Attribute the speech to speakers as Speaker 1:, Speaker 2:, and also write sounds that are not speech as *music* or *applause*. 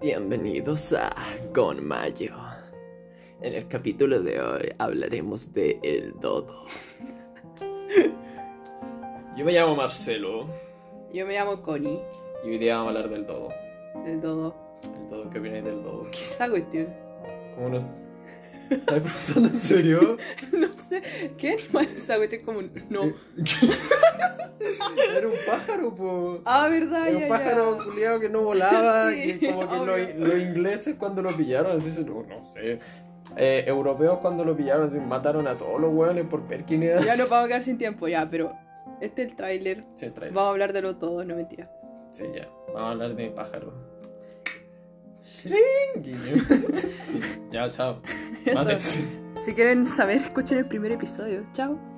Speaker 1: Bienvenidos a Con Mayo. En el capítulo de hoy hablaremos de el dodo. Yo me llamo Marcelo
Speaker 2: Yo me llamo Connie,
Speaker 1: y hoy día vamos a hablar del dodo.
Speaker 2: el dodo. *laughs*
Speaker 1: ¿El dodo? ¿Qué opináis del dodo?
Speaker 2: ¿Qué es esa cuestión? *laughs*
Speaker 1: ¿Cómo nos... ¿Estás preguntando en serio?
Speaker 2: No sé, ¿qué animal es esa cuestión? Como, no.
Speaker 1: Eh, Era un pájaro, po.
Speaker 2: Ah, ¿verdad?
Speaker 1: Era
Speaker 2: ya,
Speaker 1: un
Speaker 2: ya.
Speaker 1: pájaro culiado que no volaba,
Speaker 2: *laughs* Sí,
Speaker 1: que es como que los,
Speaker 2: obvio.
Speaker 1: los ingleses cuando lo pillaron, así se- no, no sé. Eh, europeos cuando lo pillaron, así mataron a todos los hueones por ver quién era.
Speaker 2: Ya nos vamos a quedar sin tiempo, ya, pero este es el tráiler.
Speaker 1: Sí, trae-
Speaker 2: Vamos a hablar de los dodos, no mentira.
Speaker 1: sí, ya. Vamos a hablar de pájaro. Shring, guiño. *laughs* ya, chao.
Speaker 2: Eso.
Speaker 1: Mátense.
Speaker 2: Si quieren saber, escuchen el primer episodio. Chao.